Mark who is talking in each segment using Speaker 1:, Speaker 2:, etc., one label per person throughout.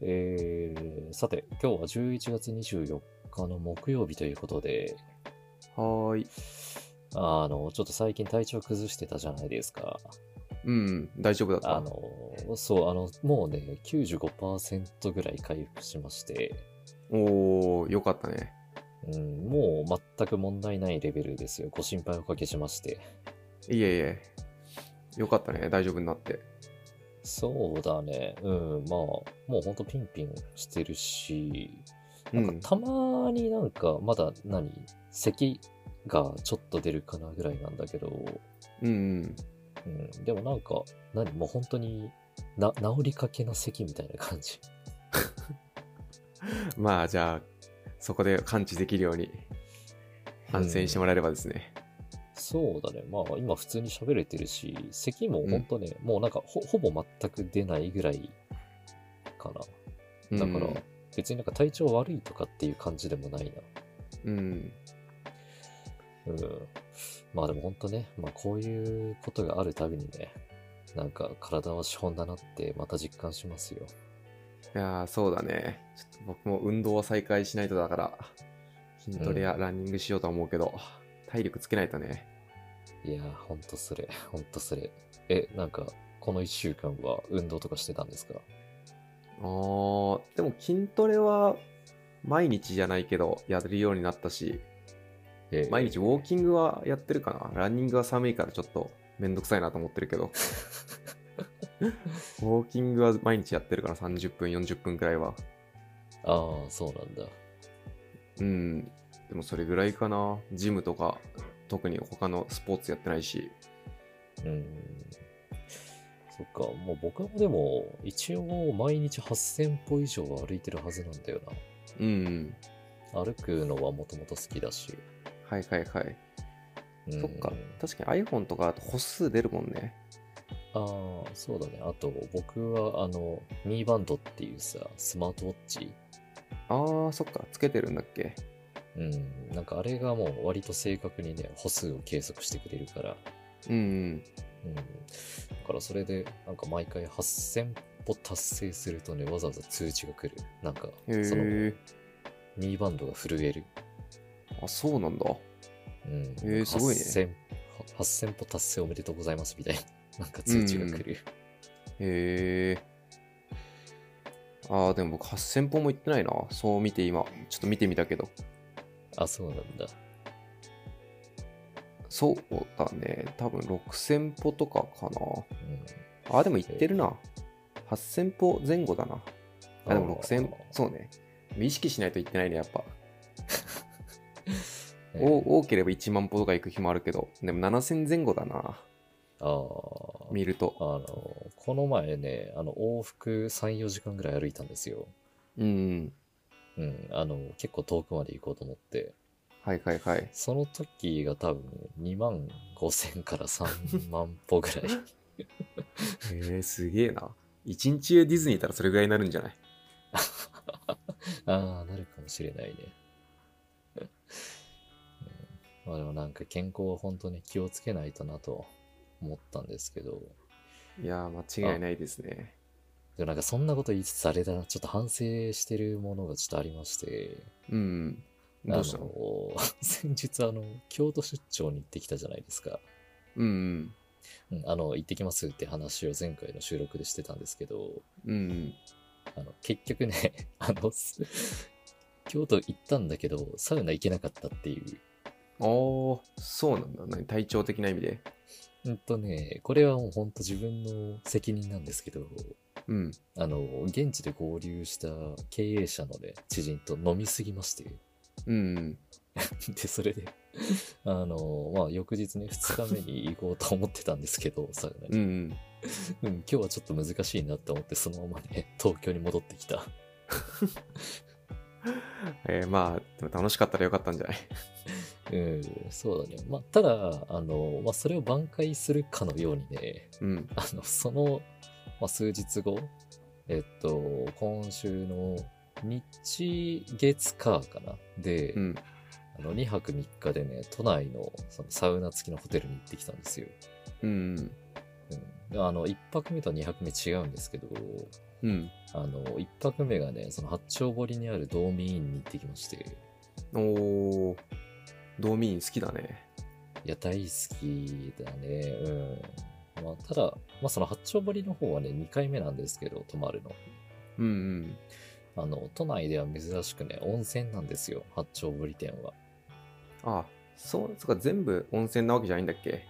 Speaker 1: えーさて、今日は11月24日の木曜日ということで、
Speaker 2: はーい。
Speaker 1: あの、ちょっと最近体調崩してたじゃないですか。
Speaker 2: うん、大丈夫だった。
Speaker 1: あの、そう、あの、もうね、95%ぐらい回復しまして、
Speaker 2: おー、よかったね。
Speaker 1: うん、もう全く問題ないレベルですよ。ご心配おかけしまして。
Speaker 2: いえいえ。よかったね、大丈夫になって。
Speaker 1: そうだね、うん、まあ、もうほんとピンピンしてるし、
Speaker 2: う
Speaker 1: なん
Speaker 2: ん。
Speaker 1: かたまになんかまだ何咳がちょっと出るかなぐらいなんだけど、
Speaker 2: うんうん。
Speaker 1: うん、でもなんか何もう本当にな治りかけの咳みたいな感じ
Speaker 2: まあ、じゃあ、そこで完治できるように、安静にしてもらえればですね。
Speaker 1: そうだねまあ今普通に喋れてるし咳も本当ね、もうなんかほほぼ全く出ないぐらいかなだから、
Speaker 2: うん
Speaker 1: 別になんか体調悪いとかっていう感じでもない
Speaker 2: うん。
Speaker 1: なうんまあでも本当ね、まあ、こういうことがあるたびにねなんか体は資本だなってまた実感しますよ
Speaker 2: いやー、そうだね。ちょっと僕も運動を再開しないとだから、筋トレやランニングしようとは思うけど、体力つけないとね。
Speaker 1: いやーほんとそれほんとそれえなんかこの1週間は運動とかしてたんですか
Speaker 2: あー、でも筋トレは、毎日じゃないけど、やるようになったし、
Speaker 1: ええ
Speaker 2: 毎日ウォーキングはやってるかなランニングは寒いからちょっとめんどくさいなと思ってるけ どウォーキングは毎日やってるから30分40分くらいは
Speaker 1: ああそうなんだ
Speaker 2: うんでもそれぐらいかなジムとか特に他のスポーツやってないし
Speaker 1: うんそっかもう僕もでも一応毎日8000歩以上は歩いてるはずなんだよ
Speaker 2: うん
Speaker 1: な歩くのはもともと好きだし、
Speaker 2: はいはいはい、
Speaker 1: うん
Speaker 2: そっか確かに iPhone とかだと歩数出るもんね
Speaker 1: ああそうだねあと僕はあのミーバンドっていうさスマートウォッチ
Speaker 2: あーそっかつけてるんだっけ
Speaker 1: うんなんかあれがもう割と正確にね歩数を計測してくれるから
Speaker 2: うんうん
Speaker 1: うん、だからそれでなんか毎回8000歩達成するとねわざわざ通知が来るなんかそ
Speaker 2: へ
Speaker 1: の
Speaker 2: え
Speaker 1: ミーバンドが震える、
Speaker 2: あそうなんだ
Speaker 1: うん、
Speaker 2: ーすごいね
Speaker 1: 8000 8000歩達成おめでとうございますみたいな なんか通知が来る、
Speaker 2: へえ。ああ、でも僕8000歩も行ってないな。そう見て今、ちょっと見てみたけど。
Speaker 1: あそうなんだ
Speaker 2: そうだね。多分6000歩とかかな。
Speaker 1: うん
Speaker 2: ああ、でも行ってるな。8000歩前後だな。あ、でも6000、そうね。意識しないと行ってないね、やっぱ。
Speaker 1: えー
Speaker 2: お多ければ1万歩とか行く日もあるけど、でも7000前後だな。
Speaker 1: あー
Speaker 2: 見る
Speaker 1: あ
Speaker 2: と。
Speaker 1: のこの前ねあの往復34時間ぐらい歩いたんですよ、
Speaker 2: うん。
Speaker 1: うん、あの結構遠くまで行こうと思って
Speaker 2: はいはいはい。
Speaker 1: その時が多分2万5000から3万歩ぐらい。
Speaker 2: へえ、すげえな。1日へディズニーいたらそれぐらいになるんじゃない
Speaker 1: ああ、なるかもしれないね。 うんまあでもなんか健康は本当に気をつけないとなと思ったんですけど、
Speaker 2: いやー、間違いないですね。
Speaker 1: でもなんかそんなこと言いつつあれだな、ちょっと反省してるものがちょっとありまして、
Speaker 2: うん。どうした
Speaker 1: あ
Speaker 2: の
Speaker 1: の 先日あの、京都出張に行ってきたじゃないですか。
Speaker 2: うん
Speaker 1: うん、あの、行ってきますって話を前回の収録でしてたんですけど、
Speaker 2: うん。うん
Speaker 1: あの、結局ね、 あの、す京都行ったんだけど、サウナ行けなかったっていう。
Speaker 2: うん。ああ、そうなんだ。何体調的な意味で。
Speaker 1: うんとね、これはもうほんと自分の責任なんですけど、
Speaker 2: うん。
Speaker 1: あの、現地で合流した経営者のね、知人と飲みすぎまして。
Speaker 2: うん。
Speaker 1: で、それで、あの、まあ、翌日ね、2日目に行こうと思ってたんですけど、サウナ
Speaker 2: うんう
Speaker 1: に。
Speaker 2: ん。
Speaker 1: うん、今日はちょっと難しいなって思って、そのままね、東京に戻ってきた。
Speaker 2: えー、まあ、でも楽しかったらよかったんじゃない
Speaker 1: うん、そうだね。まあ、ただ、あの、まあ、それを挽回するかのようにね、
Speaker 2: うん。
Speaker 1: あの、その、まあ、数日後、えっと、今週の日月火かなで、
Speaker 2: うん。
Speaker 1: あの2泊3日でね、都内のそのサウナ付きのホテルに行ってきたんですよ。
Speaker 2: うん。
Speaker 1: うん、あの、1泊目と2泊目違うんですけど、
Speaker 2: うん。
Speaker 1: あの、1泊目がね、その八丁堀にある道民院に行ってきまして、
Speaker 2: おー、道民好きだね。
Speaker 1: いや、大好きだね。うん。まあ、ただ、まあ、その八丁堀の方はね、2回目なんですけど、泊まるの。
Speaker 2: うんうん。
Speaker 1: あの、都内では珍しくね、温泉なんですよ、八丁堀店は。
Speaker 2: あ、そう、そっか、全部温泉なわけじゃないんだっけ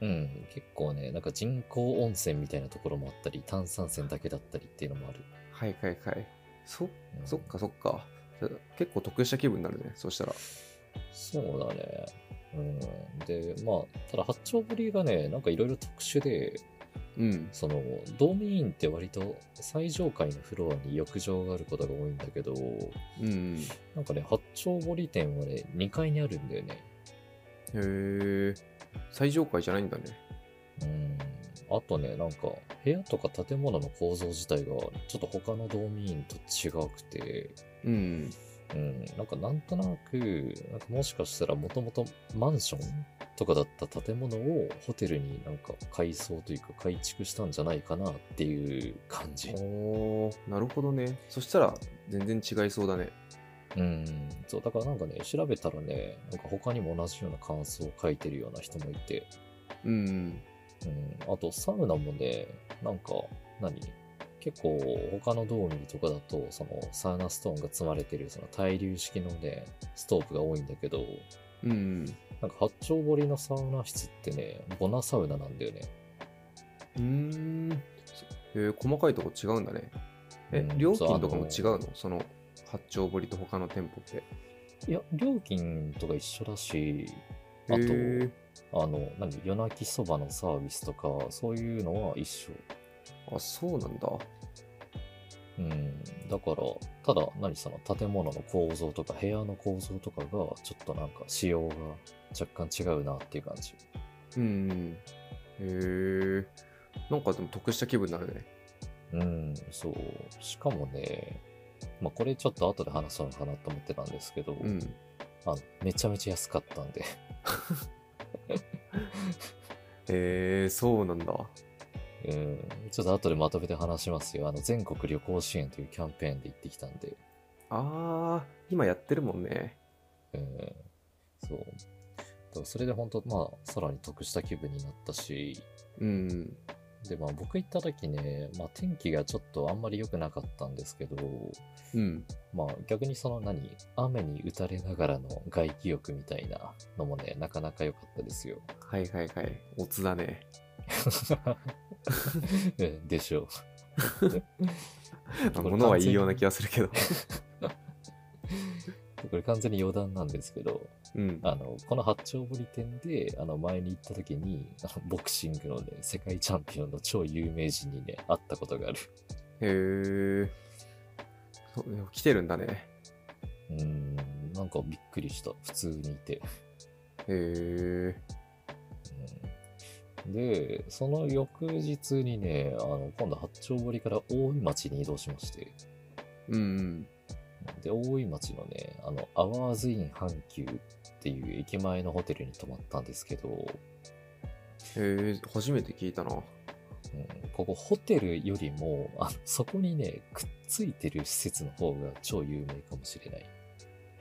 Speaker 1: うん、結構ね、なんか人工温泉みたいなところもあったり、炭酸泉だけだったりっていうのもある。
Speaker 2: はいはいはい。そ、
Speaker 1: うん
Speaker 2: そっかそっか。結構得した気分になるね、そしたら。
Speaker 1: そうだね。うん、で、まあ、ただ八丁堀がね、なんかいろいろ特殊で、
Speaker 2: うん。
Speaker 1: その、道民院って割と最上階のフロアに浴場があることが多いんだけど、
Speaker 2: うんうん。へ
Speaker 1: なんかね、八丁堀店はね、2階にあるんだよね。
Speaker 2: え。最上階じゃないんだね。
Speaker 1: うん。あとね、なんか、部屋とか建物の構造自体が、ちょっと他の道民院と違くて、
Speaker 2: うん。
Speaker 1: うん、なんかなんとなく、なんかもしかしたらもともとマンションとかだった建物をホテルになんか改装というか改築したんじゃないかなっていう感じ。
Speaker 2: おー、なるほどね。そしたら、全然違いそうだね。
Speaker 1: うん、そう、だからなんかね、調べたらね、なんか他にも同じような感想を書いてるような人もいて、
Speaker 2: うんうん。
Speaker 1: うん、あとサウナもね、なんか何、結構他の道民とかだと、そのサウナストーンが積まれてるその対流式のね、ストーブが多いんだけど、
Speaker 2: うんうん。
Speaker 1: なんか八丁堀のサウナ室ってね、ボナサウナなんだよね。
Speaker 2: うーん。えー細かいとこ違うんだね。え、
Speaker 1: うん
Speaker 2: 料金とかも違
Speaker 1: そう
Speaker 2: うのその八丁堀と他の店舗って。
Speaker 1: いや、料金とか一緒だし、あと、
Speaker 2: へー
Speaker 1: あの、何、夜泣きそばのサービスとか、そういうのは一緒。
Speaker 2: あ、そうなんだ。
Speaker 1: うん、だから、ただ、何、その建物の構造とか、部屋の構造とかが、ちょっとなんか、仕様が若干違うなっていう感じ。
Speaker 2: うんうん。へえ。なんかでも得した気分になるね。
Speaker 1: うん、そう。しかもね、まあ、これちょっと後で話そうかなと思ってたんですけど、
Speaker 2: うん。
Speaker 1: あのめちゃめちゃ安かったんで。
Speaker 2: へえ、そうなんだ。
Speaker 1: うん、ちょっと後でまとめて話しますよ。あの、全国旅行支援というキャンペーンで行ってきたんで。
Speaker 2: あー、今やってるもんね。
Speaker 1: うん、そう。だからそれで本当、まあ、さらに得した気分になったし、
Speaker 2: うん。
Speaker 1: で、まあ、僕行った時ね、まあ、天気がちょっとあんまり良くなかったんですけど、
Speaker 2: うん。
Speaker 1: まあ、逆にその何、雨に打たれながらの外気浴みたいなのもね、なかなか良かったですよ。
Speaker 2: はいはいはい。オツだね。
Speaker 1: うんでしょう。
Speaker 2: まあ物はいいような気がするけど。
Speaker 1: これ完全に余談なんですけど、
Speaker 2: うん。
Speaker 1: あの、この八丁堀店で、あの、前に行った時に、 あのボクシングのね、世界チャンピオンの超有名人にね、会ったことがある。
Speaker 2: へえ。そうでも来てるんだね。
Speaker 1: うーん、なんかびっくりした。普通にいて。
Speaker 2: へえ。
Speaker 1: うん、で、その翌日にね、あの、今度八丁堀から大井町に移動しまして、
Speaker 2: うんうん。
Speaker 1: で、大井町のね、あの、アワーズイン阪急っていう駅前のホテルに泊まったんですけど、
Speaker 2: へえ、初めて聞いたな。
Speaker 1: うんここホテルよりもあのそこにねくっついてる施設の方が超有名かもしれない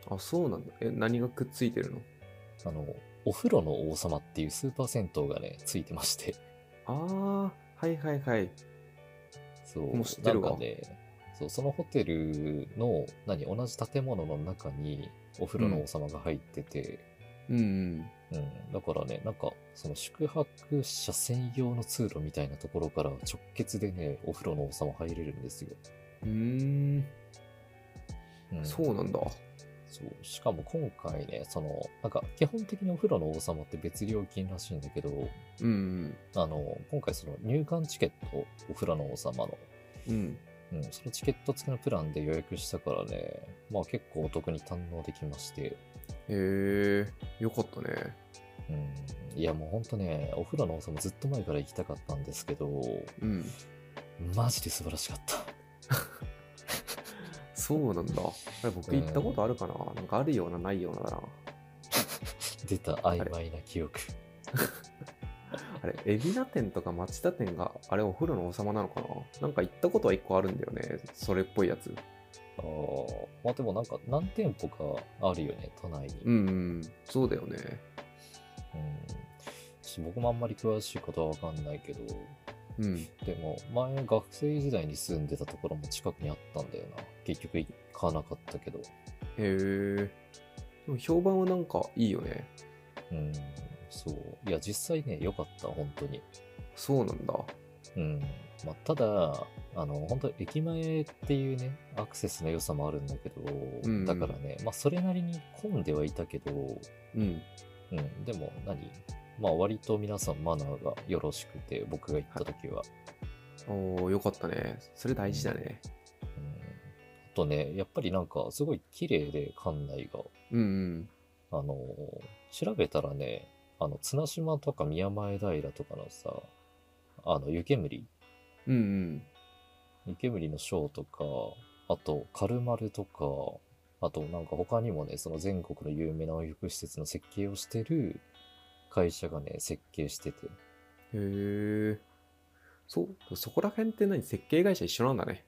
Speaker 2: あ、そうなんだ。え、何がくっついてるの
Speaker 1: あのお風呂の王様っていうスーパー銭湯がねついてまして
Speaker 2: あー、はいはいはい。
Speaker 1: そう
Speaker 2: もう知ってるわ
Speaker 1: なんかねそうそのホテルの何同じ建物の中にお風呂の王様が入ってて、
Speaker 2: うんうん。
Speaker 1: うんだからねなんかその宿泊者専用の通路みたいなところから直結でねお風呂の王様入れるんですよ、
Speaker 2: うーん、
Speaker 1: うん
Speaker 2: そうなんだ。
Speaker 1: そう。しかも今回ね、その、なんか、基本的にお風呂の王様って別料金らしいんだけど、
Speaker 2: うん
Speaker 1: あの、今回その入館チケット、お風呂の王様の、
Speaker 2: うん。うん。
Speaker 1: うん、そのチケット付きのプランで予約したからね、まあ結構お得に堪能できまして、
Speaker 2: へえ、よかったね。
Speaker 1: うん、いやもうほんとね、お風呂の王様ずっと前から行きたかったんですけど、
Speaker 2: うん。
Speaker 1: マジで素晴らしかった。
Speaker 2: そうなんだ。あれ僕行ったことあるかな、なんかあるような、ないようなだな。
Speaker 1: 出た曖昧な記憶。
Speaker 2: あれ、海老名店とか町田店が、あれお風呂の王様なのかななんか行ったことは1個あるんだよね。それっぽいやつ。
Speaker 1: あーまあでもなんか何店舗かあるよね、都内に。
Speaker 2: うん、うん、そうだよね。
Speaker 1: うんちょっと僕もあんまり詳しいことはわかんないけど、
Speaker 2: うん。
Speaker 1: でも前学生時代に住んでたところも近くにあったんだよな。結局行かなかったけど。
Speaker 2: へえ。でも評判はなんかいいよね。
Speaker 1: うん、そう。いや、実際ね、良かった、本当に。
Speaker 2: そうなんだ。
Speaker 1: うん。まあ、ただ、あの、本当駅前っていうね、アクセスの良さもあるんだけど、
Speaker 2: うん
Speaker 1: だからね、まあ、それなりに混んではいたけど、
Speaker 2: うん。
Speaker 1: うん、でも何、まあ、割と皆さんマナーがよろしくて、僕が行った時は。
Speaker 2: おー、よかったね。それ大事だね。
Speaker 1: うんあとね、やっぱりなんか、すごい綺麗で、館内が。
Speaker 2: うんうん。
Speaker 1: あの、調べたらね、あの、綱島とか宮前平とかのさ、あの、湯煙、
Speaker 2: うんうん。
Speaker 1: 湯煙のショーとか、あと、カルマルとか、あと、なんか他にもね、その全国の有名な温浴施設の設計をしてる会社がね、設計してて。
Speaker 2: へえ。そう、そこら辺って何設計会社一緒なんだね。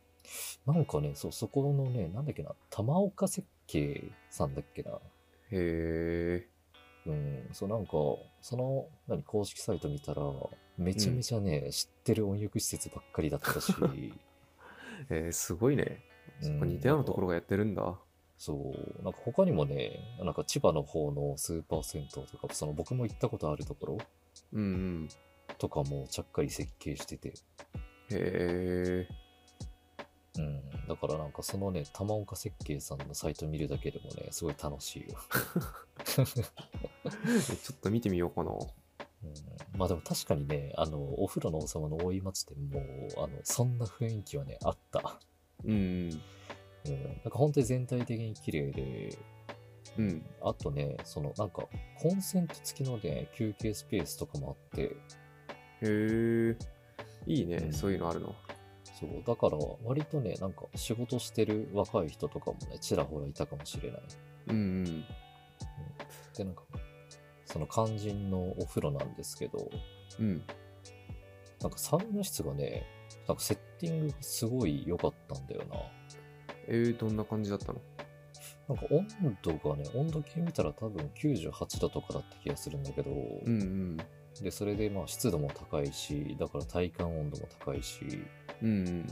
Speaker 1: なんかね、そう、そこのね、なんだっけな、玉岡設計さんだっけな。
Speaker 2: へえ。
Speaker 1: うん、そうなんか、その、何、公式サイト見たら、めちゃめちゃね、知ってる温浴施設ばっかりだった し、
Speaker 2: えー、すごいね。そっか似たようなところ
Speaker 1: が。
Speaker 2: がやってるんだ。
Speaker 1: そう、なんか他にもね、なんか千葉の方のスーパー銭湯とか、その僕も行ったことあるところ
Speaker 2: うんうん。
Speaker 1: とかもちゃっかり設計してて、
Speaker 2: へえ。
Speaker 1: うん、だからなんかそのね、玉岡設計さんのサイト見るだけでもね、すごい楽しいよ。
Speaker 2: ちょっと見てみようかな。
Speaker 1: うん、まあでも確かにね、あの、お風呂の王様の大井町店も、あの、そんな雰囲気はね、あった。
Speaker 2: うん
Speaker 1: うん、なんか本当に全体的に綺麗で、
Speaker 2: うん。うん。
Speaker 1: あとね、そのなんかコンセント付きのね、休憩スペースとかもあって、
Speaker 2: へえ。いいね、
Speaker 1: うん
Speaker 2: そういうのあるの。
Speaker 1: そう、だから割とね、なんか仕事してる若い人とかもね、ちらほらいたかもしれない。
Speaker 2: うんうん。
Speaker 1: で、なんか、その肝心のお風呂なんですけど、
Speaker 2: うん。
Speaker 1: なんかサウナ室がね、なんかセッティングがすごい良かったんだよな。
Speaker 2: えー、どんな感じだったの
Speaker 1: なんか温度がね、温度計見たら多分98度とかだった気がするんだけど、
Speaker 2: うんうん。
Speaker 1: で、それでまあ湿度も高いし、だから体感温度も高いし、
Speaker 2: うんうん。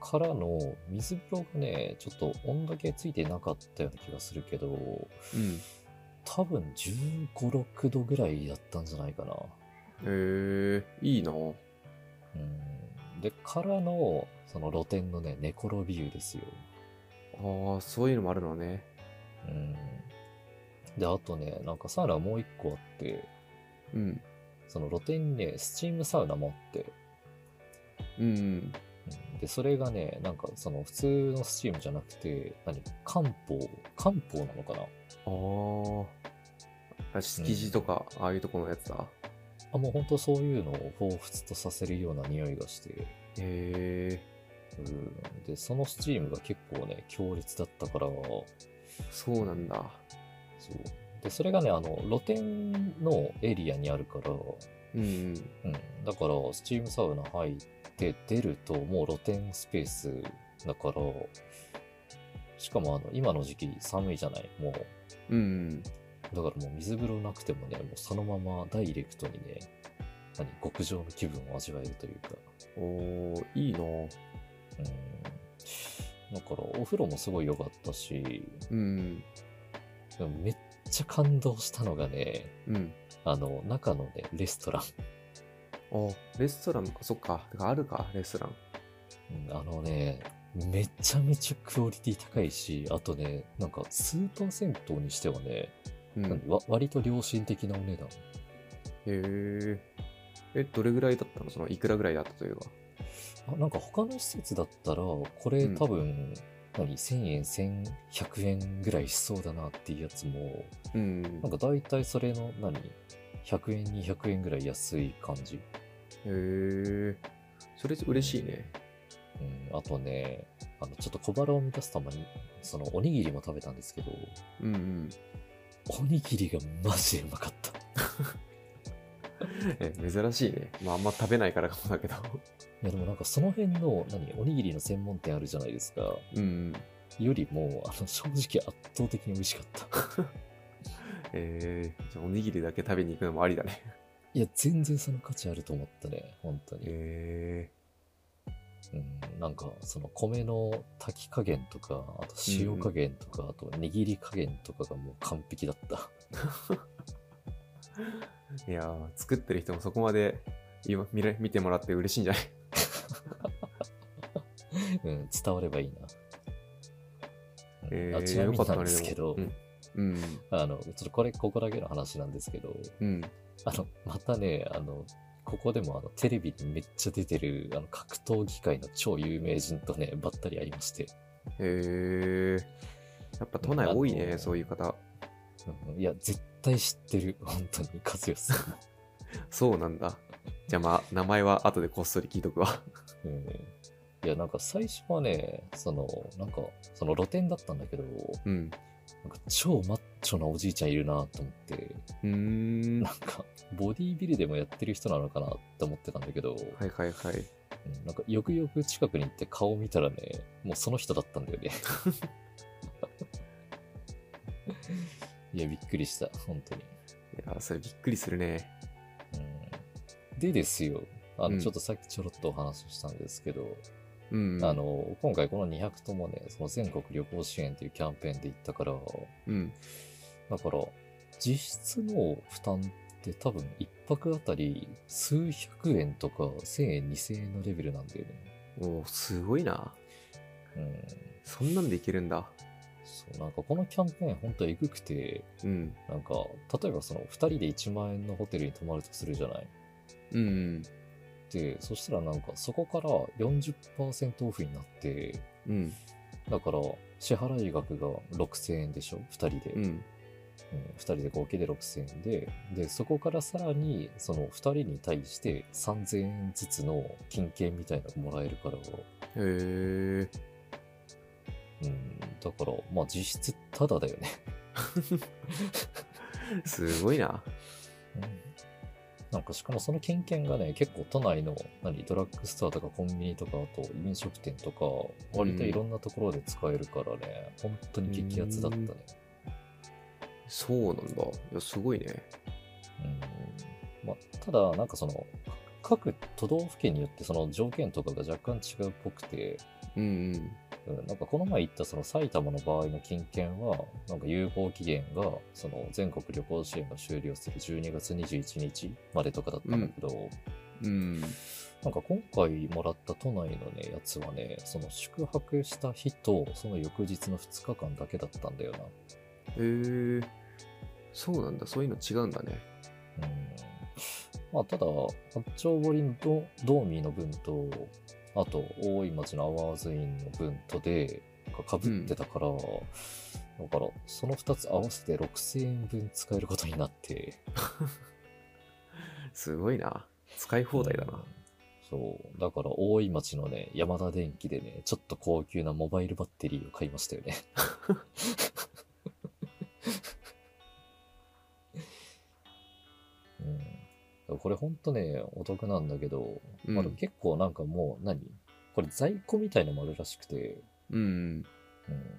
Speaker 1: からの水風呂がね、ちょっと温度計ついてなかったような気がするけど、
Speaker 2: うん。
Speaker 1: 多分15、6度ぐらいだったんじゃないかな。
Speaker 2: へえ、いいな。
Speaker 1: うん。で、からの、その露天のね、寝転び湯ですよ。
Speaker 2: ああ、そういうのもあるのね。
Speaker 1: うん。で、あとね、なんかサウナもう一個あって、
Speaker 2: うん。
Speaker 1: その露天にね、スチームサウナもあって、
Speaker 2: うんうん。
Speaker 1: うんで、それがね、なんかその普通のスチームじゃなくて、何漢方漢方なのかな
Speaker 2: ああ。あ敷地とか、ああいうとこのやつだ。
Speaker 1: あ、もうほんとそういうのを彷彿とさせるような匂いがして、
Speaker 2: へえ、
Speaker 1: うん。で、そのスチームが結構ね、強烈だったから、
Speaker 2: そうなんだ。
Speaker 1: そう。で、それがね、あの、露店のエリアにあるから、
Speaker 2: うん
Speaker 1: う
Speaker 2: うん。
Speaker 1: ん。だから、スチームサウナ入って出ると、もう露店スペースだから、しかもあの、今の時期寒いじゃないもう、
Speaker 2: うんうん。
Speaker 1: だからもう水風呂なくてもね、もうそのままダイレクトにね、何、極上の気分を味わえるというか、
Speaker 2: おー、いいな。
Speaker 1: うん。だから、お風呂もすごい良かったし、
Speaker 2: うん
Speaker 1: でもめっちゃ感動したのがね、
Speaker 2: うん。うん。
Speaker 1: あの、中のね、レストラン。
Speaker 2: あ、レストランか、そっか。てかあるか、レストラン。
Speaker 1: うんあのね、めちゃめちゃクオリティ高いし、あとね、なんかスーパー銭湯にしてはね、
Speaker 2: うん。へ
Speaker 1: わ割と良心的なお値段。
Speaker 2: え。え、どれぐらいだったのその、いくらぐらいだったというか。
Speaker 1: あなんか他の施設だったら、これ
Speaker 2: うん
Speaker 1: 多分、何、1000円、1100円ぐらいしそうだなっていうやつも、
Speaker 2: うんうん。
Speaker 1: なんか大体それの何、100円、200円ぐらい安い感じ。
Speaker 2: へえ。それ嬉しいね。
Speaker 1: うん、あとね、あの、ちょっと小腹を満たすために、そのおにぎりも食べたんですけど、
Speaker 2: うんうん。
Speaker 1: おにぎりがマジでうまかった。
Speaker 2: え珍しいね。まあ、あんま食べないからかもだけど。
Speaker 1: いやでもなんかその辺の、何、おにぎりの専門店あるじゃないですか。
Speaker 2: うん。
Speaker 1: よりも、あの、正直圧倒的に美味しかった。
Speaker 2: えー、じゃあおにぎりだけ食べに行くのもありだね。
Speaker 1: いや、全然その価値あると思ったね、本当に。
Speaker 2: え
Speaker 1: うん、なんか、その米の炊き加減とか、あと塩加減とか、あと握り加減とかがもう完璧だった。
Speaker 2: ー、いやー、作ってる人もそこまで今見れ見てもらって嬉しいん じゃない
Speaker 1: うん、伝わればいいな。うん
Speaker 2: え
Speaker 1: あ
Speaker 2: ー、
Speaker 1: ちなみに
Speaker 2: よかった
Speaker 1: なん
Speaker 2: ね
Speaker 1: ですけど、
Speaker 2: でもうん。
Speaker 1: あの、ちょっとこれ、ここだけの話なんですけど、
Speaker 2: うん。
Speaker 1: あの、またね、あの、ここでもあのテレビにめっちゃ出てるあの格闘技界の超有名人とね、ばったり会いまして、
Speaker 2: えー、やっぱ都内多い
Speaker 1: あ
Speaker 2: ね、
Speaker 1: の
Speaker 2: そういう方。
Speaker 1: うんいや、絶対知ってる、 本当に、和義さんも。
Speaker 2: そうなんだ。じゃあまあ、名前は後でこっそり聞いとくわ。
Speaker 1: うん、いや、なんか最初はね、その、なんか、その露店だったんだけど、
Speaker 2: うん。
Speaker 1: なんか超マッチョなおじいちゃんいるなと思って、
Speaker 2: うーん。
Speaker 1: な
Speaker 2: は
Speaker 1: んか、ボディービルでもやってる人なのかなって思ってたんだけど、
Speaker 2: いはいは
Speaker 1: う
Speaker 2: い。
Speaker 1: んなんか、よくよく近くに行って顔見たらね、もうその人だったんだ よね。いや、びっくりした、本当に。
Speaker 2: いやー、それびっくりするね。
Speaker 1: うん、でですよ、あの、
Speaker 2: うん
Speaker 1: ちょっとさっきちょろっとお話ししたんですけど、
Speaker 2: うん。
Speaker 1: あ、の、今回この200ともね、その全国旅行支援というキャンペーンで行ったから、
Speaker 2: うん。
Speaker 1: だから、実質の負担って多分一泊あたり数百円とか1000円、2000円のレベルなんだよね。
Speaker 2: おーすごいな。
Speaker 1: うん。
Speaker 2: そんなんでいけるんだ。
Speaker 1: そう、なんかこのキャンペーンほんとエグくて、
Speaker 2: うん。
Speaker 1: なんか、例えばその2人で1万円のホテルに泊まるとするじゃない。
Speaker 2: うん。
Speaker 1: で、そしたらなんかそこから40%オフになって、
Speaker 2: うん。
Speaker 1: だから支払い額が6000円でしょ、2人で。
Speaker 2: うん。
Speaker 1: うん2人で合計で6000円ででそこからさらにその2人に対して3000円ずつの金券みたいなのもらえるから、
Speaker 2: へえ。
Speaker 1: うん、だからまあ実質タダだよね、
Speaker 2: すごいな。
Speaker 1: なんかしかもその金券がね結構都内の何ドラッグストアとかコンビニとかあと飲食店とか割といろんなところで使えるからね、本当に激アツだったね、
Speaker 2: そうなんだ。いや、すごいね。
Speaker 1: うんまあ、ただなんかその各都道府県によってその条件とかが若干違うっぽくて、
Speaker 2: うん
Speaker 1: うんなんかこの前言ったその埼玉の場合の金券は、なんか有効期限がその全国旅行支援が終了する12月21日までとかだったんだけど、
Speaker 2: うん。うん。
Speaker 1: なんか今回もらった都内のね、やつはね、その宿泊した日とその翌日の2日間だけだったんだよな。
Speaker 2: へえ。そうなんだ。そういうの違うんだね。
Speaker 1: うん。まあただ、八丁堀のドドーミーの分と、あと大井町のアワーズインの分とで、かぶってたから、だからその2つ合わせて6000円分使えることになって。
Speaker 2: すごいな。使い放題だな。
Speaker 1: そう。だから大井町のね、山田電機でね、ちょっと高級なモバイルバッテリーを買いましたよ ね。うん、これほんとね、お得なんだけど、
Speaker 2: うん
Speaker 1: まあでも結構なんかもう何これ在庫みたいのもあるらしくて、
Speaker 2: うん。
Speaker 1: うん、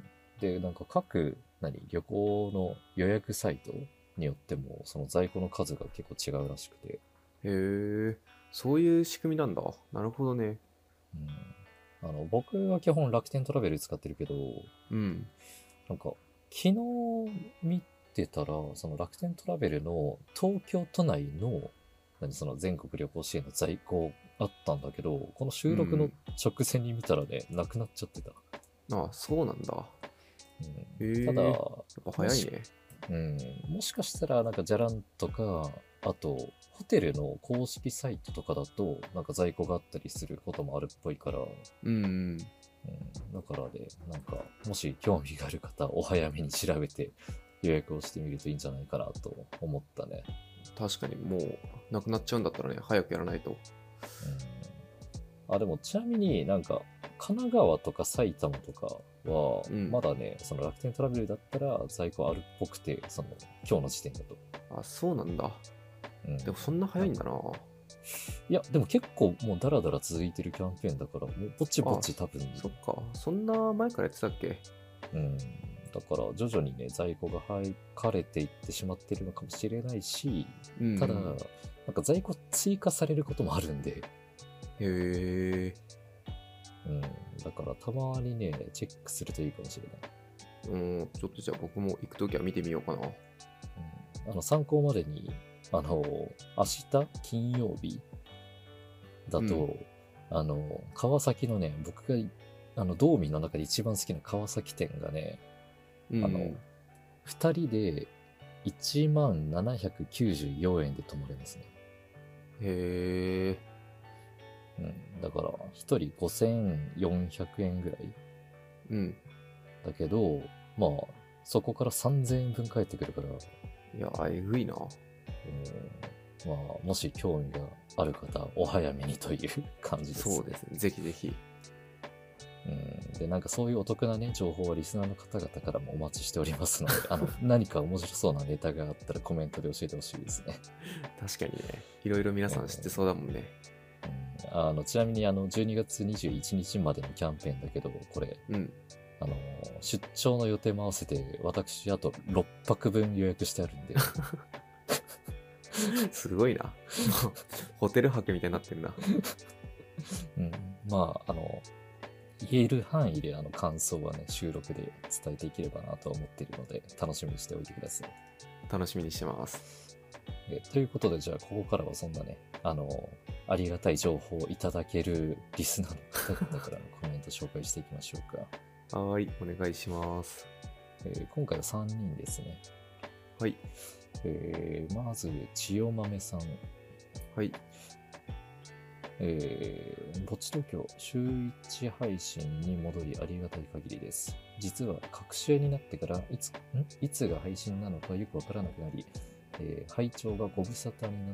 Speaker 1: で、なんか各何旅行の予約サイトによっても、その在庫の数が結構違うらしくて、
Speaker 2: へえ。そういう仕組みなんだ。なるほどね。
Speaker 1: うんあの僕は基本楽天トラベル使ってるけど、
Speaker 2: うん。
Speaker 1: なんか昨日見てたら、その楽天トラベルの東京都内の何その全国旅行支援の在庫あったんだけど、この収録の直前に見たらね、なくなっちゃってた。
Speaker 2: ああ、そうなんだ。
Speaker 1: う
Speaker 2: へ
Speaker 1: ん
Speaker 2: え。
Speaker 1: ただ、
Speaker 2: やっぱ早いね。
Speaker 1: うん、もしかしたらなんかじゃらんとか、あとホテルの公式サイトとかだと、なんか在庫があったりすることもあるっぽいから、
Speaker 2: うんうん。
Speaker 1: うんだからね、なんか、もし興味がある方、お早めに調べて予約をしてみるといいんじゃないかなと思ったね。
Speaker 2: 確かにもう、なくなっちゃうんだったらね、早くやらないと。
Speaker 1: うん、あ、でもちなみになんか、神奈川とか埼玉とかは、
Speaker 2: うん
Speaker 1: まだね、その楽天トラベルだったら在庫あるっぽくて、その、今日の時点だと。
Speaker 2: あ、そうなんだ。
Speaker 1: うんうん、
Speaker 2: でもそんな早いんだな。
Speaker 1: いや、でも結構もうダラダラ続いてるキャンペーンだから、もうぼちぼち多分、
Speaker 2: そっか。そんな前からやってたっけ
Speaker 1: うん、だから徐々にね、在庫が入かれていってしまってるのかもしれないし、
Speaker 2: うん
Speaker 1: ただ、なんか在庫追加されることもあるんで、
Speaker 2: へえ。
Speaker 1: うん、だからたまにね、チェックするといいかもしれない。
Speaker 2: うん、ちょっとじゃあ僕も行くときは見てみようかな。
Speaker 1: うん、あの参考までに、あの、明日金曜日だと、
Speaker 2: うん
Speaker 1: あの、川崎のね、僕がいあの道民の中で一番好きな川崎店がね、
Speaker 2: うん、
Speaker 1: あの2人で1万794円で泊まれますね。
Speaker 2: へ
Speaker 1: う
Speaker 2: え。
Speaker 1: ん、だから、1人5400円ぐらい
Speaker 2: うん。
Speaker 1: だけど、まあ、そこから3000円分返ってくるから、うん
Speaker 2: いや、えぐいな。
Speaker 1: まあ、もし興味がある方、お早めにという感じです。
Speaker 2: そうですね。ぜひぜひ。
Speaker 1: うん、で、なんかそういうお得なね、情報はリスナーの方々からもお待ちしております ので、あの、何か面白そうなネタがあったらコメントで教えてほしいですね。
Speaker 2: 確かにね。いろいろ皆さん知ってそうだもんね。
Speaker 1: うんあのちなみにあの12月21日までのキャンペーンだけど、これ、
Speaker 2: うん。
Speaker 1: あの出張の予定も合わせて、私、あと6泊分予約してあるんで、
Speaker 2: すごいな。 ホテル泊みたいになってるな。
Speaker 1: うん、まあ、あの、言える範囲であの感想はね、収録で伝えていければなとは思っているので、楽しみにしておいてください。
Speaker 2: 楽しみにしてます。
Speaker 1: えということで、じゃあ、ここからはそんなね、あの、ありがたい情報をいただけるリスナーの方々からのコメント紹介していきましょうか。
Speaker 2: はーい。お願いします。
Speaker 1: えー今回は3人ですね。
Speaker 2: はい。
Speaker 1: えーまず、千代豆さん。
Speaker 2: はい。
Speaker 1: えー、ぼっち東京、週1配信に戻りありがたい限りです。実は、隔週になってから、いつ、んいつが配信なのかよくわからなくなり、えー拝聴がご無沙汰にな、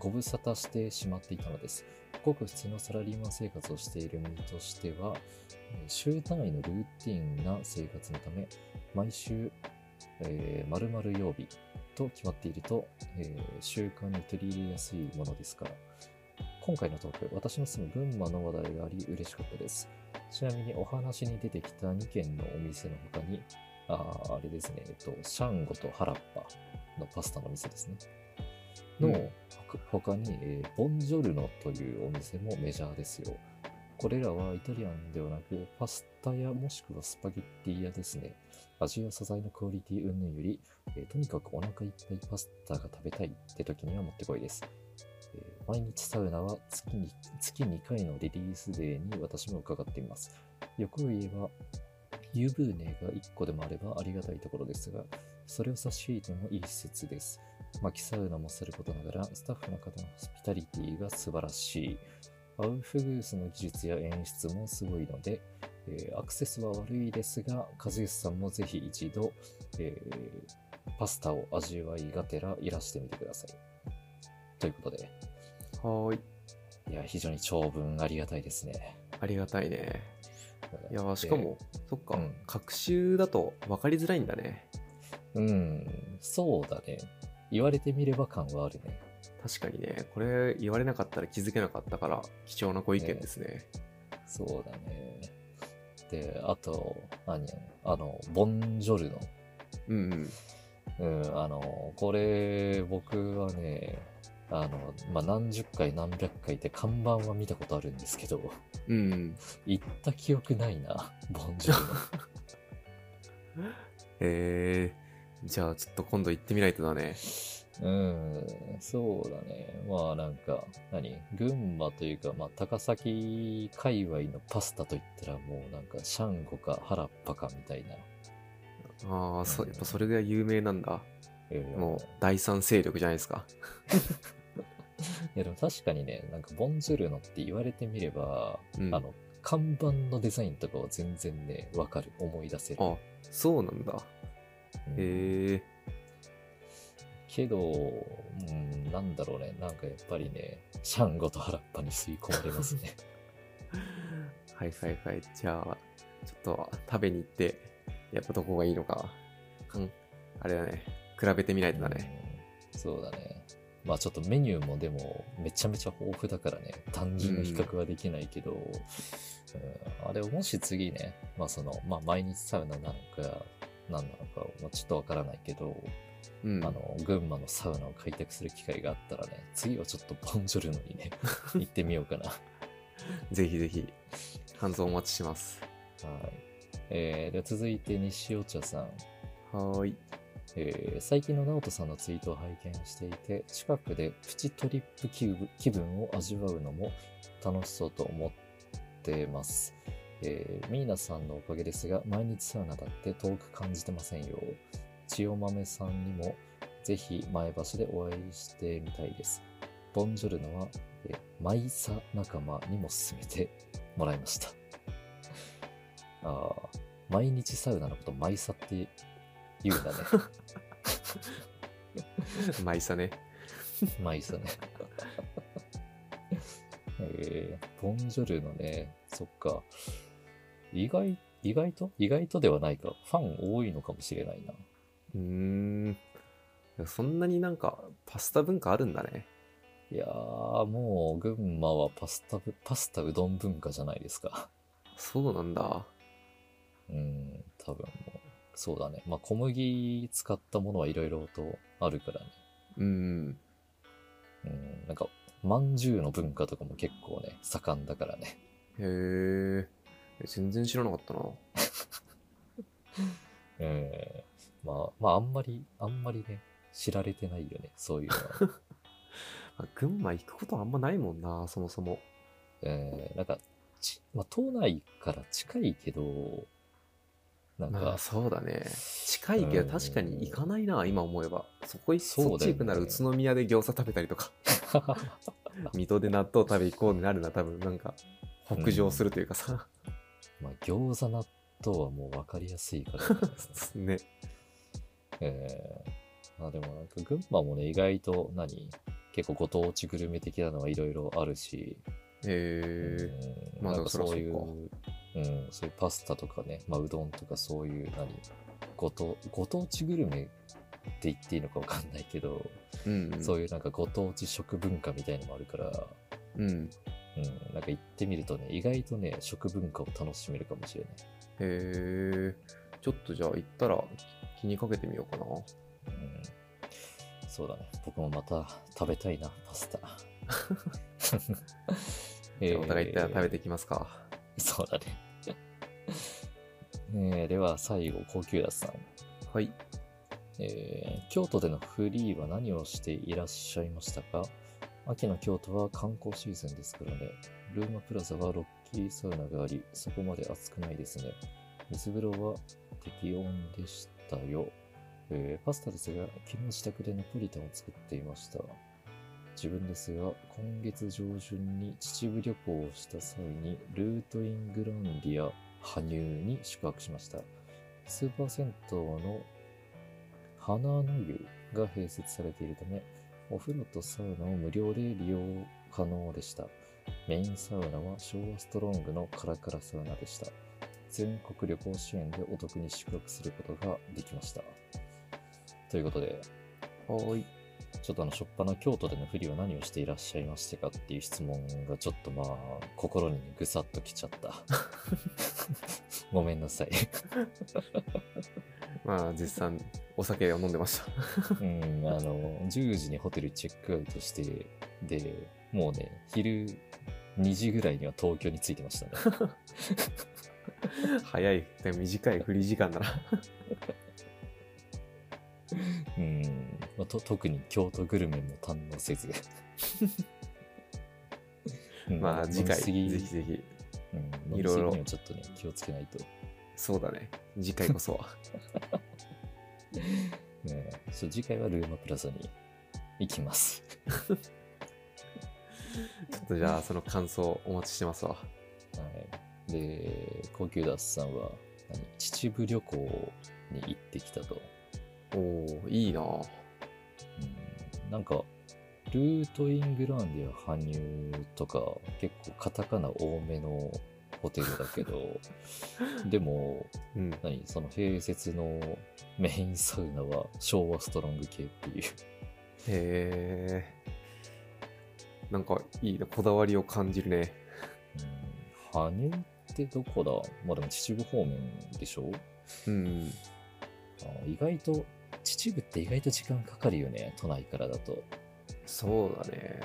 Speaker 1: ご無沙汰してしまっていたのです。ごく普通のサラリーマン生活をしている身としては、えー週単位のルーティンな生活のため、毎週、えー、〇〇曜日と決まっていると、えー習慣に取り入れやすいものですから、今回のトーク、私の住む群馬の話題があり嬉しかったです。ちなみにお話に出てきた2軒のお店の他に、あーあれですね、えっと、シャンゴとハラッパのパスタの店ですね。の、
Speaker 2: うん
Speaker 1: ほか他に、えーボンジョルノというお店もメジャーですよ。これらはイタリアンではなく、パスタやもしくはスパゲッティ屋ですね。味や素材のクオリティ云々より、えーとにかくお腹いっぱいパスタが食べたいって時にはもってこいです。えー毎日サウナは月に月2回のリリースデーに私も伺っています。欲を言えば、湯船が1個でもあればありがたいところですが、それを差し引いてもいい施設です。巻きサウナもすることながら、スタッフの方のホスピタリティが素晴らしい。アウフグースの技術や演出もすごいので、えーアクセスは悪いですが、和義さんもぜひ一度、えーパスタを味わいがてらいらしてみてください。ということで、
Speaker 2: はーい。
Speaker 1: いや、非常に長文ありがたいですね。
Speaker 2: ありがたいね。いやー、しかも、そっか、
Speaker 1: うん
Speaker 2: 隔週だと分かりづらいんだね。
Speaker 1: で、うん、そうだね。言われてみれば感はあるね。
Speaker 2: 確かにね、これ言われなかったら気づけなかったから、貴重なご意見ですね。
Speaker 1: そうだね。で、あと、何あの、ボンジョルノ。
Speaker 2: うんうん。
Speaker 1: うん、あの、これ、僕はね、あの、まあ、何十回何百回って看板は見たことあるんですけど、
Speaker 2: うんうん。
Speaker 1: 行った記憶ないな、ボンジョルノ。
Speaker 2: えー、じゃあちょっと今度行ってみないとだね。
Speaker 1: うん、そうだね。まあなんか、何群馬というか、まあ高崎界隈のパスタといったらもうなんかシャンゴか原っぱかみたいな。
Speaker 2: ああ、そう、やっぱそれぐらい有名なんだ。
Speaker 1: うん
Speaker 2: もう、第三勢力じゃないですか。
Speaker 1: いやでも確かにね、なんかボンジュルノって言われてみれば、
Speaker 2: うん。
Speaker 1: あの、看板のデザインとかは全然ね、わかる。思い出せる。
Speaker 2: あ、そうなんだ。
Speaker 1: うん
Speaker 2: え
Speaker 1: けど、うん、なんだろうね。なんかやっぱりね、シャンゴと原っぱに吸い込まれますね。
Speaker 2: ー、はいはいはい。じゃあ、ちょっと食べに行って、やっぱどこがいいのか。うん。あれだね。比べてみないとだね。
Speaker 1: うんそうだね。まあちょっとメニューもでもめちゃめちゃ豊富だからね、単純の比較はできないけど、うんあれをもし次ね、まあその、まあ毎日サウナなのか、何なのか、まあ、ちょっとわからないけど、
Speaker 2: うん。
Speaker 1: あの、群馬のサウナを開拓する機会があったらね、次はちょっとボンジョルノに ね、行ってみようかな。
Speaker 2: ぜひぜひ、感想お待ちしてます。
Speaker 1: はい。えーでは続いて西尾茶さん。
Speaker 2: はーい。
Speaker 1: えー最近の直人さんのツイートを拝見していて近くでプチトリップ気分気分を味わうのも楽しそうと思ってます、えーミーナさんのおかげですが毎日サウナだって遠く感じてませんよ千代豆さんにもぜひ前橋でお会いしてみたいですボンジョルノは、えーマイサ仲間にも勧めてもらいましたあー毎日サウナのことマイサって言うんだね
Speaker 2: マイサね。
Speaker 1: まあいいっすね。 えー、ボンジョルのね、そっか。意外、意外と意外とではないか。ファン多いのかもしれないな。
Speaker 2: うーん。そんなになんか、パスタ文化あるんだね。
Speaker 1: いやー、もう群馬はパスタぶ、パスタうどん文化じゃないですか。
Speaker 2: そうなんだ。
Speaker 1: うん、多分もう。そうだね。まあ小麦使ったものはいろいろとあるからね。
Speaker 2: うん。
Speaker 1: うん、なんか、まんじゅうの文化とかも結構ね、盛んだからね。
Speaker 2: へえ。全然知らなかったな。
Speaker 1: えー、まあ、まあ、あんまり、あんまりね、知られてないよね、そういうの は。
Speaker 2: あ群馬行くことあんまないもんな、そもそも。
Speaker 1: えー、なんか、ちまあ、都内から近いけど、なん
Speaker 2: まあ
Speaker 1: か、
Speaker 2: そうだね。近いけ
Speaker 1: うん
Speaker 2: ど確かに行かないな、今思えば。そこい
Speaker 1: そうだよ
Speaker 2: そ
Speaker 1: ね
Speaker 2: っち行くなら宇都宮で餃子食べたり とか。水戸で納豆食べ行こうになるな、多分なんか、北上するというかさ。
Speaker 1: まあ、餃子納豆はもう分かりやすい からね、
Speaker 2: ね。
Speaker 1: えー、まあでもなんか群馬もね、意外と何結構ご当地グルメ的なのはいろいろあるし、
Speaker 2: へえ。
Speaker 1: うん
Speaker 2: まあ
Speaker 1: なんか
Speaker 2: でも
Speaker 1: そういう、
Speaker 2: そ
Speaker 1: うん、そういうパスタとかね、まあ、うどんとかそういう何ごとご当地グルメって言っていいのかわかんないけど、
Speaker 2: うん、
Speaker 1: そう
Speaker 2: いう。
Speaker 1: いうなんかご当地食文化みたいのもあるから、
Speaker 2: うん。
Speaker 1: うん、なんか行ってみるとね意外とね食文化を楽しめるかもしれ
Speaker 2: へえ。ちょっとじゃあ行ったら気にかけてみようかな。
Speaker 1: ない、うん、そうだね僕もまた食べたいなパス タ
Speaker 2: じゃあお互い行ったら食べ
Speaker 1: て
Speaker 2: てきますか。
Speaker 1: そうだね。 えーでは最後、高級ださん、
Speaker 2: はい。
Speaker 1: えー京都でのフリーは何をしていらっしゃいましたか秋の京都は観光シーズンですからね。ルーマプラザはロッキーサウナがあり、そこまで暑くないですね。水風呂は適温でしたよ。えーパスタですが、昨日自宅でナポリタンを作っていました。自分ですが、今月上旬に秩父旅行をした際に、ルートイングランディア羽生に宿泊しました。スーパー銭湯の花の湯が併設されているため、お風呂とサウナを無料で利用可能でした。メインサウナは昭和ストロングのカラカラサウナでした。全国旅行支援でお得に宿泊することができました。ということで、
Speaker 2: はい。
Speaker 1: ちょっとあの、しょっぱな京都での不利は何をしていらっしゃいましたかっていう質問がちょっとまあ、心にぐさっときちゃった。 ごめんなさい。
Speaker 2: まあ、絶賛お酒を飲んでました。
Speaker 1: うん、あの、10時にホテルチェックアウトして、で、もうね、昼2時ぐらいには東京に着いてましたね。
Speaker 2: 早い。でも短い振り時間だな。
Speaker 1: うん、まあと特に京都グルメも堪能せず。うん
Speaker 2: まあ、次回、
Speaker 1: 飲み
Speaker 2: ぜ
Speaker 1: すぎ
Speaker 2: ひぜひ。
Speaker 1: うん、い
Speaker 2: い
Speaker 1: ろ
Speaker 2: ろ
Speaker 1: いろ。
Speaker 2: いろ
Speaker 1: にはちょっとね、気をつけないと。
Speaker 2: そうだね。次回こそ は。
Speaker 1: ね、そう次回はルーマプラザに行きます。
Speaker 2: ちょっとじゃあ、その感想お待ちしてますわ。
Speaker 1: はい、で、高級ダスさんは何秩父旅行に行ってきたと。
Speaker 2: おおいいなぁ
Speaker 1: うんなんか、ルートイングランディア羽生とか、結構カタカナ多めのホテルだけ ど、でも、
Speaker 2: うん。
Speaker 1: 何その併設のメインサウナは昭和ストロング系っていう。
Speaker 2: へえ。なんかいいな、こだわりを感じるね。
Speaker 1: うん、羽生ってどこだまあでも秩父方面でしょ
Speaker 2: うん。
Speaker 1: あ意外と、秩父って意外と時間かかるよね、都内からだと。
Speaker 2: そうだね。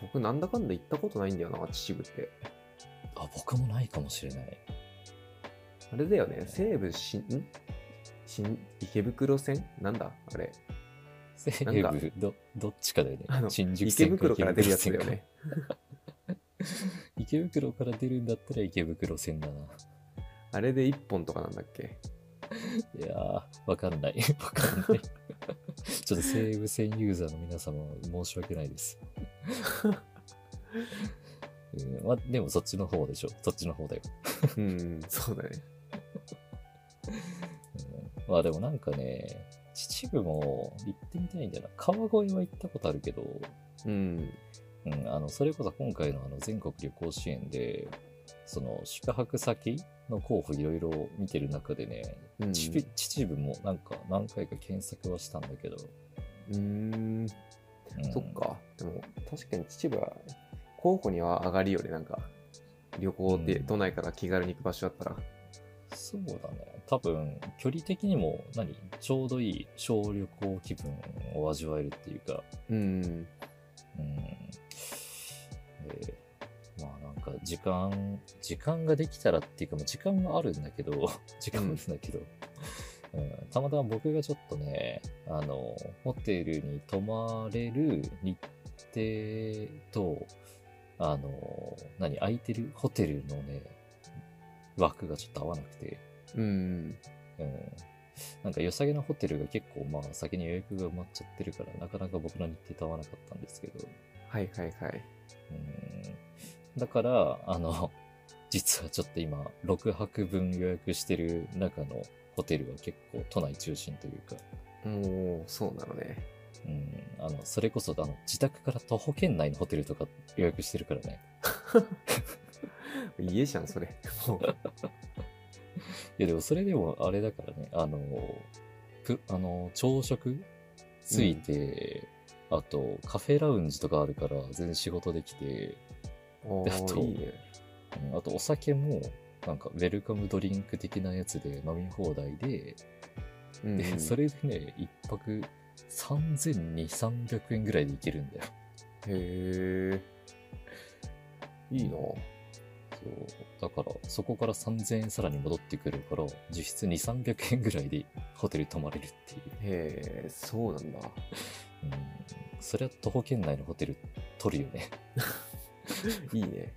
Speaker 2: 僕、なんだかんだ行ったことないんだよな、秩父って。
Speaker 1: あ、僕もないかもしれない。
Speaker 2: あれだよね、西武新、ん新池袋線なんだあれ。
Speaker 1: 西
Speaker 2: なんだ
Speaker 1: 部、ど、どっちかだよね
Speaker 2: あ。の
Speaker 1: 新宿
Speaker 2: 池
Speaker 1: 線
Speaker 2: 袋から出るやつだよ
Speaker 1: 池袋線
Speaker 2: ね
Speaker 1: か。。池袋から出るんだったら池袋線だな。
Speaker 2: あれで1本とかなんだっけ
Speaker 1: いやー、わかんない。 わかんない。ちょっと西武線ユーザーの皆様、申し訳ないです。うん、まあ、でもそっちの方でしょ。そっちの方だよ。
Speaker 2: うん、そうだね。
Speaker 1: うん、まあでもなんかね、秩父も行ってみたいんだよな。川越は行ったことあるけど、
Speaker 2: うん。
Speaker 1: うん、あの、それこそ今回のあの全国旅行支援で、その宿泊先の候補いろいろ見てる中でね、
Speaker 2: うん
Speaker 1: 秩父秩父もなんか何回か検索はしたんだけど、
Speaker 2: うーん、
Speaker 1: うん
Speaker 2: そっか。でも、確かに秩父は、候補には上がりよね、なんか。旅行って
Speaker 1: うん
Speaker 2: 都内から気軽に行く場所だったら。
Speaker 1: そうだね。多分、距離的にも何、ちょうどいい小旅行気分を味わえるっていうか、
Speaker 2: うん。
Speaker 1: うん。で、まあなんか、時間、時間ができたらっていうか、もう時間はあるんだけど、 時間はあるんだけど、うん、たまたま僕がちょっとね、あの、ホテルに泊まれる日程と、あの、何、空いてるホテルのね、枠がちょっと合わなくて、
Speaker 2: うん。
Speaker 1: うんなんか良さげなホテルが結構まあ先に予約が埋まっちゃってるからなかなか僕の日程と合わなかったんですけど、
Speaker 2: はいはいはい。
Speaker 1: うん、だからあの 実はちょっと今6泊分予約してる中のホテルは結構都内中心というか、
Speaker 2: もう、そうなのね。
Speaker 1: うん、あのそれこそあの自宅から徒歩圏内のホテルとか予約してるからね
Speaker 2: 家じゃん、それ。も
Speaker 1: いやでもそれでもあれだからね、あの、くあの朝食ついて、あとカフェラウンジとかあるから全然仕事できて、
Speaker 2: う、お
Speaker 1: あと
Speaker 2: ーいいね。
Speaker 1: うんあとお酒もなんかウェルカムドリンク的なやつで飲み放題で、
Speaker 2: うん
Speaker 1: で、それでね、一泊3200、300円ぐらいでいけるんだよ。
Speaker 2: へえ。いいな。
Speaker 1: そう。だから、そこから3000円さらに戻ってくるから、実質2、300円ぐらいでホテル泊まれるっていう。
Speaker 2: へえ、そうなんだ。
Speaker 1: うんそりゃ徒歩圏内のホテル取るよね。
Speaker 2: いいね。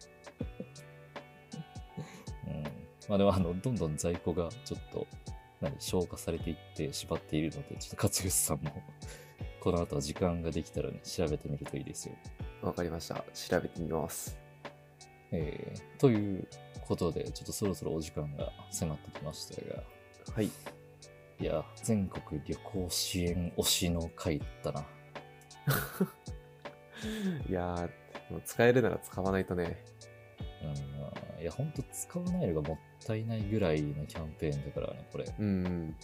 Speaker 1: うん。まあでもあの、どんどん在庫がちょっと、何、消化されていって縛っているので、ちょっと勝吉さんも、この後は時間ができたらね、調べてみるといいですよ。
Speaker 2: わかりました。調べてみます。
Speaker 1: えー、ということで、ちょっとそろそろお時間が迫ってきましたが、
Speaker 2: はい。
Speaker 1: いや、全国旅行支援推しの会だったな。
Speaker 2: いやー、もう使えるなら使わないとね。
Speaker 1: うん。いや、ほんと使わないのがもったいないぐらいのキャンペーンだからね、これ。
Speaker 2: うん。
Speaker 1: うん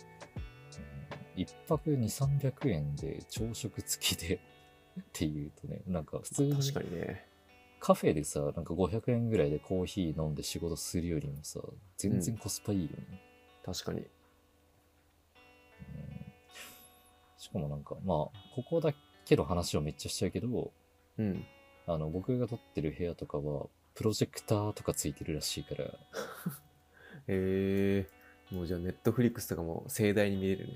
Speaker 1: 一泊2、300円で朝食付きで っていうとね、なんか普通に
Speaker 2: 確かにね。
Speaker 1: カフェでさ、なんか500円ぐらいでコーヒー飲んで仕事するよりもさ、全然コスパいいよね。
Speaker 2: 確かに。
Speaker 1: うんしかもなんか、まあ、ここだけの話をめっちゃしちゃうけど、
Speaker 2: うん。
Speaker 1: あの、僕が撮ってる部屋とかは、プロジェクターとかついてるらしいから、
Speaker 2: へえ。もうじゃあ、ネットフリックスとかも盛大に見れるね。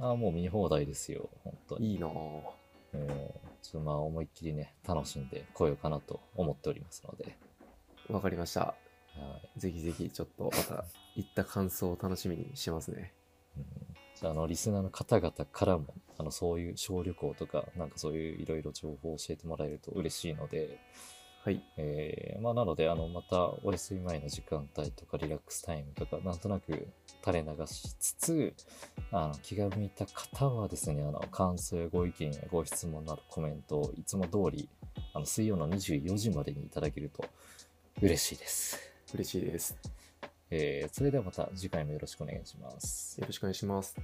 Speaker 1: ああ、もう見放題ですよ、本当に。
Speaker 2: いいなぁ。
Speaker 1: うんちょっとまあ、思いっきりね、楽しんでこようかなと思っておりますので。
Speaker 2: わかりました。
Speaker 1: はい
Speaker 2: ぜひぜひ、ちょっとまた、行った感想を楽しみにしてますね。
Speaker 1: じゃあ、あの、リスナーの方々からも、あの、そういう小旅行とか、なんかそういういろいろ情報を教えてもらえると嬉しいので、
Speaker 2: はい。
Speaker 1: えー、まあ、なので、あの、またお休み前の時間帯とか、リラックスタイムとか、なんとなく垂れ流しつつ、あの、気が向いた方はですね、あの、感想やご意見やご質問などコメントをいつも通り、あの、水曜の24時までにいただけると嬉しいです。
Speaker 2: 嬉しいです。
Speaker 1: えー、それではまた次回もよろしくお願いします。
Speaker 2: よろしくお願いします。